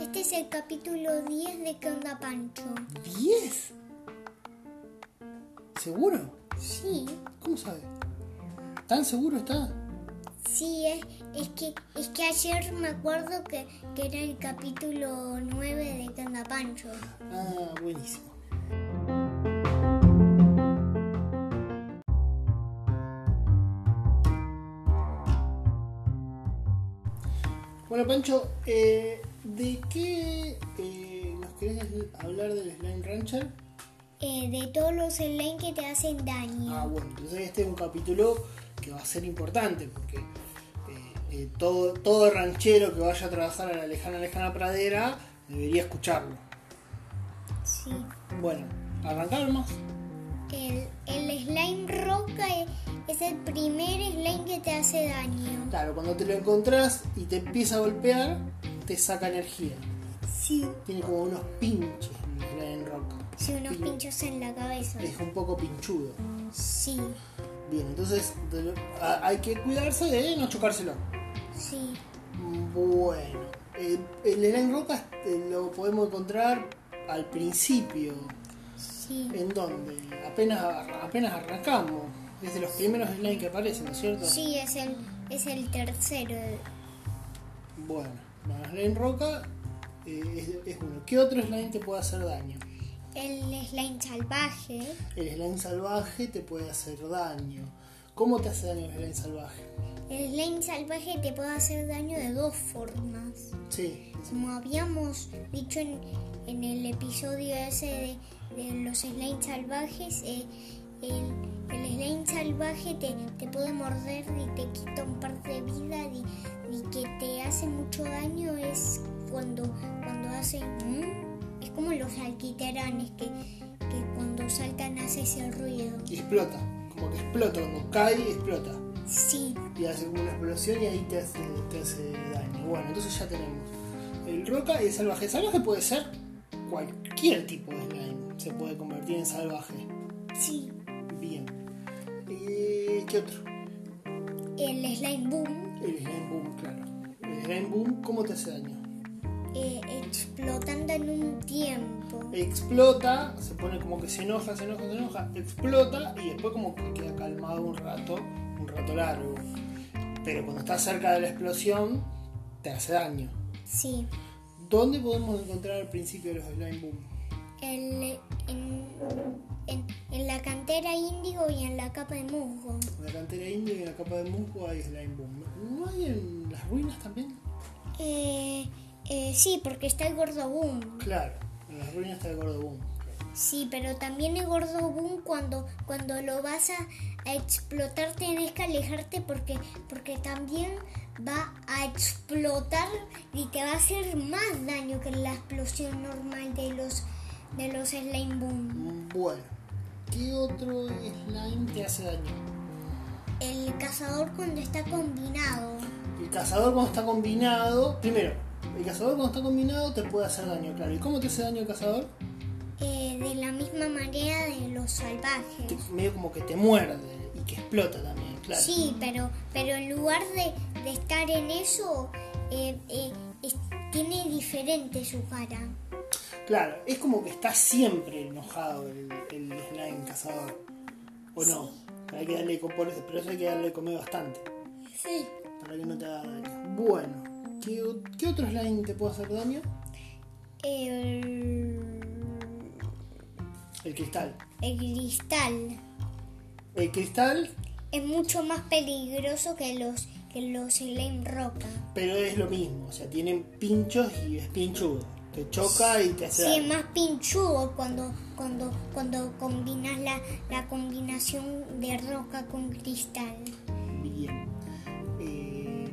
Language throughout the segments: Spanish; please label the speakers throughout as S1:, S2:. S1: Este es el capítulo 10 de ¿Qué onda Pancho?
S2: ¿10? ¿Seguro?
S1: Sí,
S2: ¿Cómo sabe? ¿Tan seguro está?
S1: sí, es, es que, es que ayer me acuerdo que, que era el capítulo 9 de ¿Qué onda Pancho?
S2: Ah, buenísimo. Bueno, Pancho, eh, ¿de qué eh, nos querés hablar del Slime Rancher?
S1: Eh, de todos los online que te hacen
S2: Ah,
S1: daño.
S2: bueno, entonces este es un capítulo que va a ser importante porque eh, eh, todo, todo ranchero que vaya a trabajar a la lejana, lejana pradera debería escucharlo.
S1: Sí.
S2: Bueno, arrancamos.
S1: El, el slime roca es, es el primer slime que te hace daño.
S2: Claro, cuando te lo encontrás y te empieza a golpear, te saca energía.
S1: Sí.
S2: Tiene como unos pinches en rock.
S1: Sí, unos pinchos en la cabeza.
S2: Es un poco pinchudo.
S1: Sí,
S2: Bien, entonces de lo- a- hay que cuidarse de no chocárselo.
S1: sí.
S2: Bueno, eh, el Elaine Roca eh, lo podemos encontrar al principio,
S1: Sí,
S2: en donde apenas, arra- apenas arrancamos. Es de los primeros Elaine que aparecen, ¿no es cierto?
S1: sí es, el, es el tercero.
S2: Bueno, bueno, Elaine Roca eh, es, es uno. ¿Qué otro Slime te puede hacer daño?
S1: El slime salvaje
S2: El Slime salvaje te puede hacer daño. ¿Cómo te hace daño el Slime salvaje?
S1: El slime salvaje te puede hacer daño de dos formas.
S2: Sí,
S1: Como habíamos dicho en, en el episodio ese de, de los slime salvajes, eh, el, el slime salvaje te, te puede morder y te quita un par de vida y, y que te hace mucho daño es cuando, cuando hace... mm, es como los alquiteranes que, que cuando saltan hace ese ruido.
S2: y explota. Como que explota, cuando cae, explota.
S1: Sí,
S2: y hace como una explosión y ahí te hace, te hace daño. Bueno, entonces ya tenemos el roca y el salvaje. El salvaje puede ser cualquier tipo de slime, se puede convertir en salvaje.
S1: sí.
S2: Bien. Eh, ¿Qué otro?
S1: El slime boom
S2: El slime boom, claro. El slime boom, ¿cómo te hace daño?
S1: eh, explotando en un tiempo.
S2: Explota, se pone como que se enoja, se enoja, se enoja, explota y después como que queda calmado un rato, un rato largo. Pero cuando está cerca de la explosión, te hace daño.
S1: Sí.
S2: ¿Dónde podemos encontrar al principio de los slime boom?
S1: El- en, en- en la cantera índigo y en la capa de musgo.
S2: En la cantera india y en la capa de musgo hay slime boom. ¿No hay en las ruinas también?
S1: Eh, eh, sí, porque está el gordo boom.
S2: Claro, en las ruinas está el gordo boom.
S1: Sí, pero también el gordo boom cuando, cuando lo vas a, a explotar tenés que alejarte porque, porque también va a explotar y te va a hacer más daño que la explosión normal de los, de los slime boom.
S2: Mm, Bueno, ¿qué otro slime te hace daño?
S1: El cazador cuando está combinado.
S2: El cazador cuando está combinado. Primero, el cazador cuando está combinado te puede hacer daño, claro. ¿Y cómo te hace daño el cazador?
S1: Eh, de la misma manera de los
S2: Te-
S1: salvajes.
S2: medio como que te muerde y que explota también, claro.
S1: Sí, pero, pero en lugar de, de estar en eso, eh, eh, es- tiene diferente su cara.
S2: Claro, es como que está siempre enojado el, el slime cazador. ¿O no? Hay que darle, co- por eso, pero eso hay que darle comer bastante.
S1: Sí.
S2: Para que no te haga daño. Bueno, ¿qué, o- qué otro slime te puede hacer daño?
S1: El,
S2: El cristal.
S1: el cristal
S2: El cristal,
S1: es mucho más peligroso que los que los slime roca.
S2: pero es lo mismo. O sea, tienen pinchos y es pinchudo. Te choca y te hace
S1: Sí, es
S2: daño.
S1: más pinchudo cuando cuando cuando combinas la, la combinación de roca con cristal.
S2: Bien. Eh,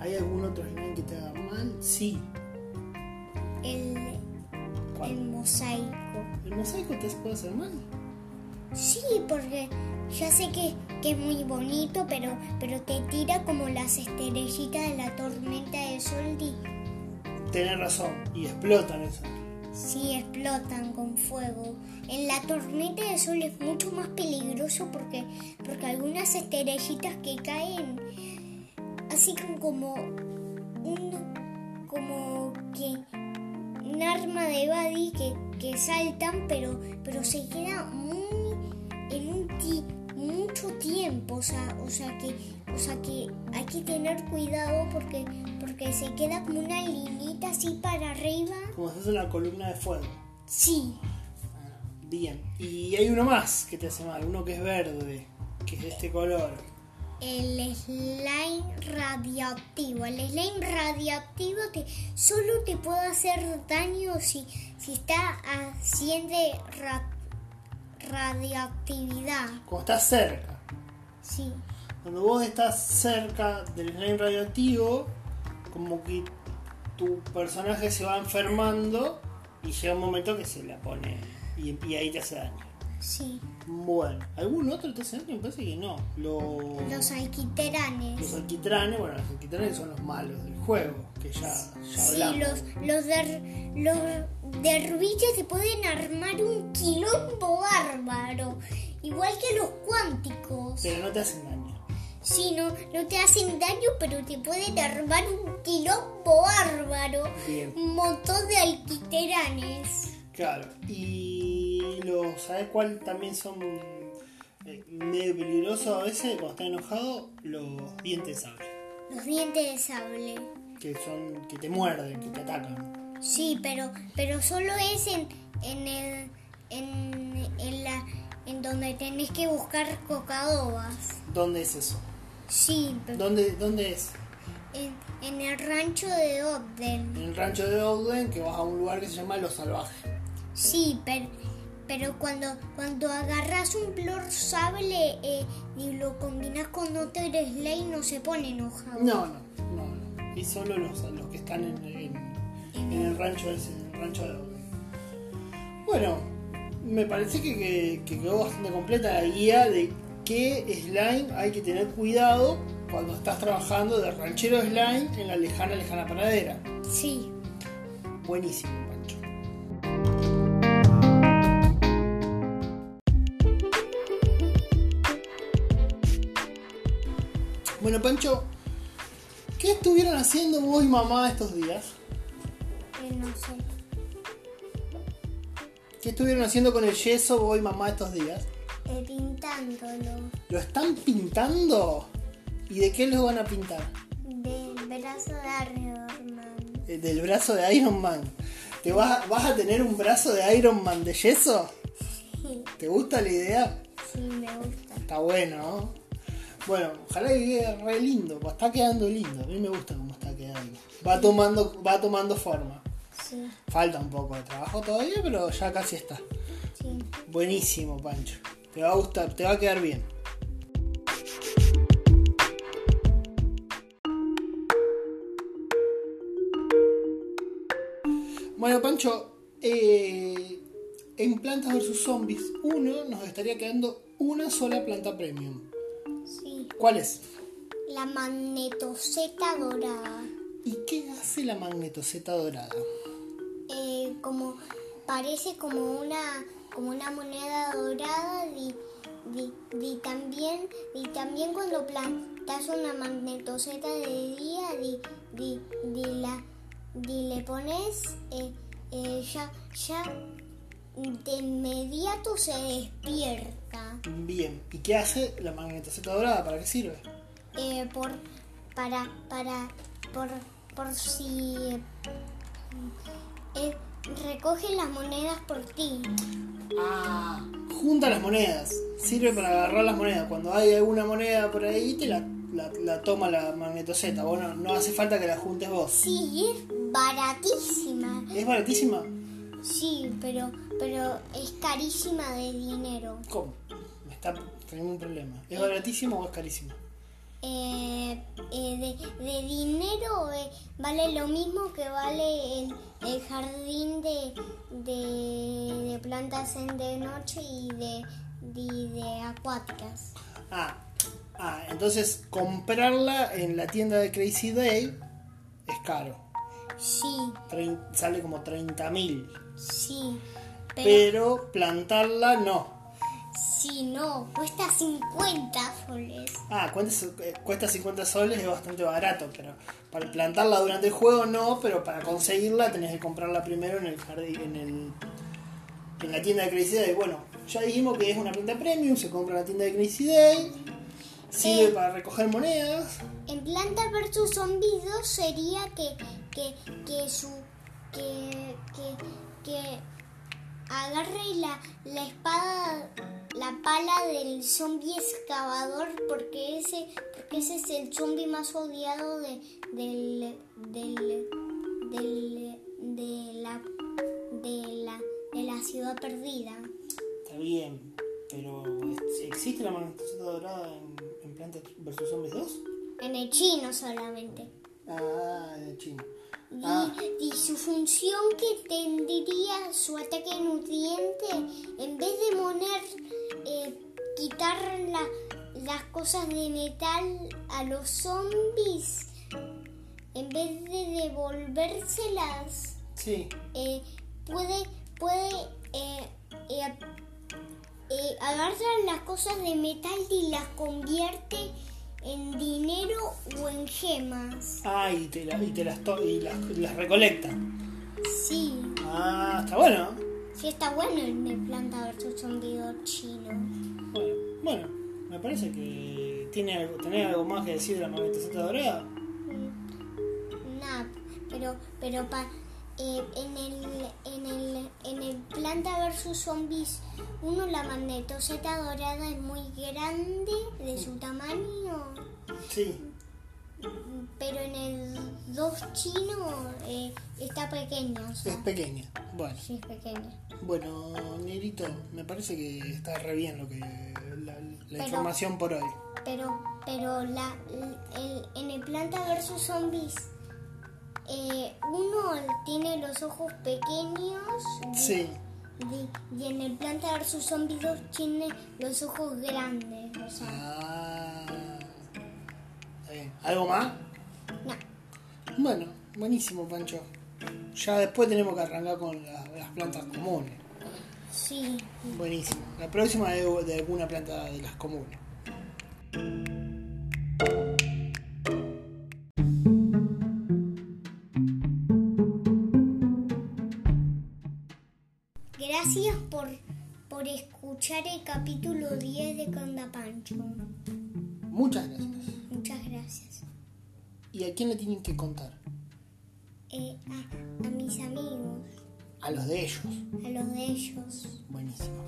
S2: ¿Hay algún otro slime que te haga mal? Sí.
S1: El, el
S2: ¿Cuál?
S1: mosaico.
S2: ¿El mosaico te puede hacer mal?
S1: Sí, porque ya sé que, que es muy bonito, pero, pero te tira como las estrellitas de la tormenta de sol y
S2: Tenés razón. Y explotan eso.
S1: sí explotan con fuego. En la tormenta de sol es mucho más peligroso porque, porque algunas estrellitas que caen, así como un, como que un arma de body que, que saltan, pero, pero se queda muy en un ti- mucho tiempo, o sea, o sea que, o sea que hay que tener cuidado porque, porque se queda como una linita así para arriba.
S2: Como si fuese una columna de fuego.
S1: Sí,
S2: Ah, Bien. Y hay uno más que te hace mal, uno que es verde, que es de este color.
S1: El slime radioactivo. El slime radioactivo te, solo te puede hacer daño si, si está haciendo ra- radioactividad.
S2: Como está cerca.
S1: Sí.
S2: Cuando vos estás cerca del slime radioactivo, como que tu personaje se va enfermando y llega un momento que se la pone y, y ahí te hace daño.
S1: Sí.
S2: Bueno, ¿algún otro te hace daño? Me parece que no. Los,
S1: Los alquiteranes.
S2: los alquitranes, bueno, los alquitranes son los malos del juego, que ya, ya
S1: Sí,
S2: hablamos.
S1: los, los, der, los derviches se pueden armar un quilombo bárbaro. Igual que los cuánticos.
S2: Pero no te hacen daño.
S1: Sí, no, no te hacen daño, pero te pueden armar un quilombo bárbaro.
S2: Bien.
S1: Un montón de alquiteranes.
S2: Claro. Y los, ¿sabes cuál también son eh, medio peligrosos a veces cuando estás enojado? Los dientes sable.
S1: Los dientes de sable.
S2: que son que te muerden, que te atacan.
S1: Sí, pero, pero solo es en, en el. En, en la. En donde tenés que buscar cocadobas.
S2: ¿Dónde es eso?
S1: Sí, pero
S2: ¿Dónde, dónde es?
S1: en, en el rancho de Odden.
S2: En el rancho de Olden que vas a un lugar que se llama Los Salvajes.
S1: Sí, pero, pero cuando, cuando agarras un flor sable eh, y lo combinas con otro slime no se pone enojado.
S2: No, no, no, no. Y solo los, los que están en, en- en el rancho ese, en el rancho de Olden. Bueno, me parece que, que- que quedó bastante completa la guía de qué slime hay que tener cuidado cuando estás trabajando de ranchero slime en la lejana, lejana panadera.
S1: Sí.
S2: Buenísimo, Pancho. Bueno, Pancho, ¿qué estuvieron haciendo vos y mamá estos días?
S1: Eh, no sé.
S2: ¿Qué estuvieron haciendo con el yeso vos y mamá estos días?
S1: Eh, pintándolo
S2: ¿Lo están pintando? ¿Y de qué los van a pintar?
S1: del brazo de Arreorman.
S2: Eh, Del brazo de Iron Man. ¿Te vas, a- vas a tener un brazo de Iron Man de yeso?
S1: Sí,
S2: ¿Te gusta la idea?
S1: sí, me gusta.
S2: Está bueno, ¿no? Bueno, ojalá que quede re lindo, pues está quedando lindo, a mí me gusta cómo está quedando. Va tomando, va tomando forma.
S1: Sí,
S2: Falta un poco de trabajo todavía, pero ya casi está.
S1: sí.
S2: Buenísimo, Pancho. Te va a gustar, te va a quedar bien. Bueno, Pancho, eh, en Plantas vs Zombies 1 nos estaría quedando una sola planta premium.
S1: Sí.
S2: ¿Cuál es?
S1: La magnetoseta dorada.
S2: ¿Y qué hace la magnetoseta dorada?
S1: eh, como parece como una como una moneda dorada y, y- y también y también cuando plantas una magnetoseta de día y, y- y la y le pones eh, eh, ya ya de inmediato se despierta
S2: Bien, ¿y qué hace la magnetoseta dorada? ¿Para qué sirve?
S1: eh, por para para por por si eh, eh, recoge las monedas por ti
S2: Ah, junta las monedas. Sirve para agarrar las monedas. Cuando hay alguna moneda por ahí, te la, la- la toma la magnetoseta. Bueno, no hace falta que la juntes vos.
S1: Sí, es baratísima.
S2: ¿Es baratísima?
S1: Sí, pero, pero es carísima de dinero.
S2: ¿Cómo? Me está teniendo un problema. ¿Es baratísima o es carísima?
S1: Eh, eh, de, de dinero eh, vale lo mismo que vale el, el jardín de, de, de plantas en de noche y de, y de acuáticas.
S2: Ah, ah, entonces comprarla en la tienda de Crazy Day es caro.
S1: Sí,
S2: Trein- sale como 30 mil.
S1: sí.
S2: pero plantarla no.
S1: Si no, cuesta 50 soles.
S2: Ah, cuenta, eh, cuesta 50 soles, es bastante barato, pero para plantarla durante el juego no, pero para conseguirla tenés que comprarla primero en el jardín, en el en la tienda de Crazy Day. Bueno, ya dijimos que es una planta premium, se compra en la tienda de Crazy Day, sirve
S1: Eh.
S2: para recoger monedas.
S1: En Planta vs Zombies 2 sería que, que, que su. que. que. que agarre la, la espada, la pala del zombie excavador, porque ese, porque ese es el zombie más odiado de, del, del, del- de la, de la, de la ciudad perdida.
S2: Está bien, pero ¿ex- ¿existe la manifestación dorada en, en Planta vs Zombies 2?
S1: En el chino solamente.
S2: Ah, en chino.
S1: Y,
S2: Ah.
S1: y su función que tendría su ataque nutriente, en vez de poner, eh, quitar la- las cosas de metal a los zombies, en vez de devolvérselas,
S2: Sí,
S1: eh, puede, puede eh, eh, eh, agarrar las cosas de metal y las convierte en dinero o en gemas.
S2: Ah, y, te la- y te las, to- y las, las recolecta.
S1: Sí.
S2: Ah, está bueno.
S1: Sí, está bueno el de planta versus zombido chino.
S2: Bueno, bueno, me parece que tiene algo, tenés algo más que decir de la manifestación dorada.
S1: Mm, Nada, pero, pero pa, eh, en, el, en, el, en el planta versus zombies uno la magnetoseta dorada es muy grande de su tamaño,
S2: Sí,
S1: mm, pero en el 2 chino eh, está pequeño, o
S2: es
S1: sea,
S2: pequeña. Bueno,
S1: sí es pequeña.
S2: bueno, Nerito, me parece que está re bien lo que la, la
S1: Pero-
S2: información por hoy.
S1: Pero, pero la, el- en el Planta vs Zombies, eh, uno tiene los ojos pequeños y-
S2: Sí,
S1: y, y en el Planta vs Zombies 2 tiene los ojos grandes. O sea,
S2: ah, está bien. ¿Algo más?
S1: no.
S2: Bueno, buenísimo, Pancho. Ya después tenemos que arrancar con la- las plantas comunes.
S1: Sí,
S2: Buenísimo. La próxima es de alguna planta de las comunes.
S1: gracias por, por escuchar el capítulo 10 de Conda Pancho.
S2: Muchas gracias.
S1: Muchas gracias.
S2: ¿Y a quién le tienen que contar?
S1: Eh, a- a mis amigos,
S2: A los de ellos.
S1: a los de ellos.
S2: Buenísimo.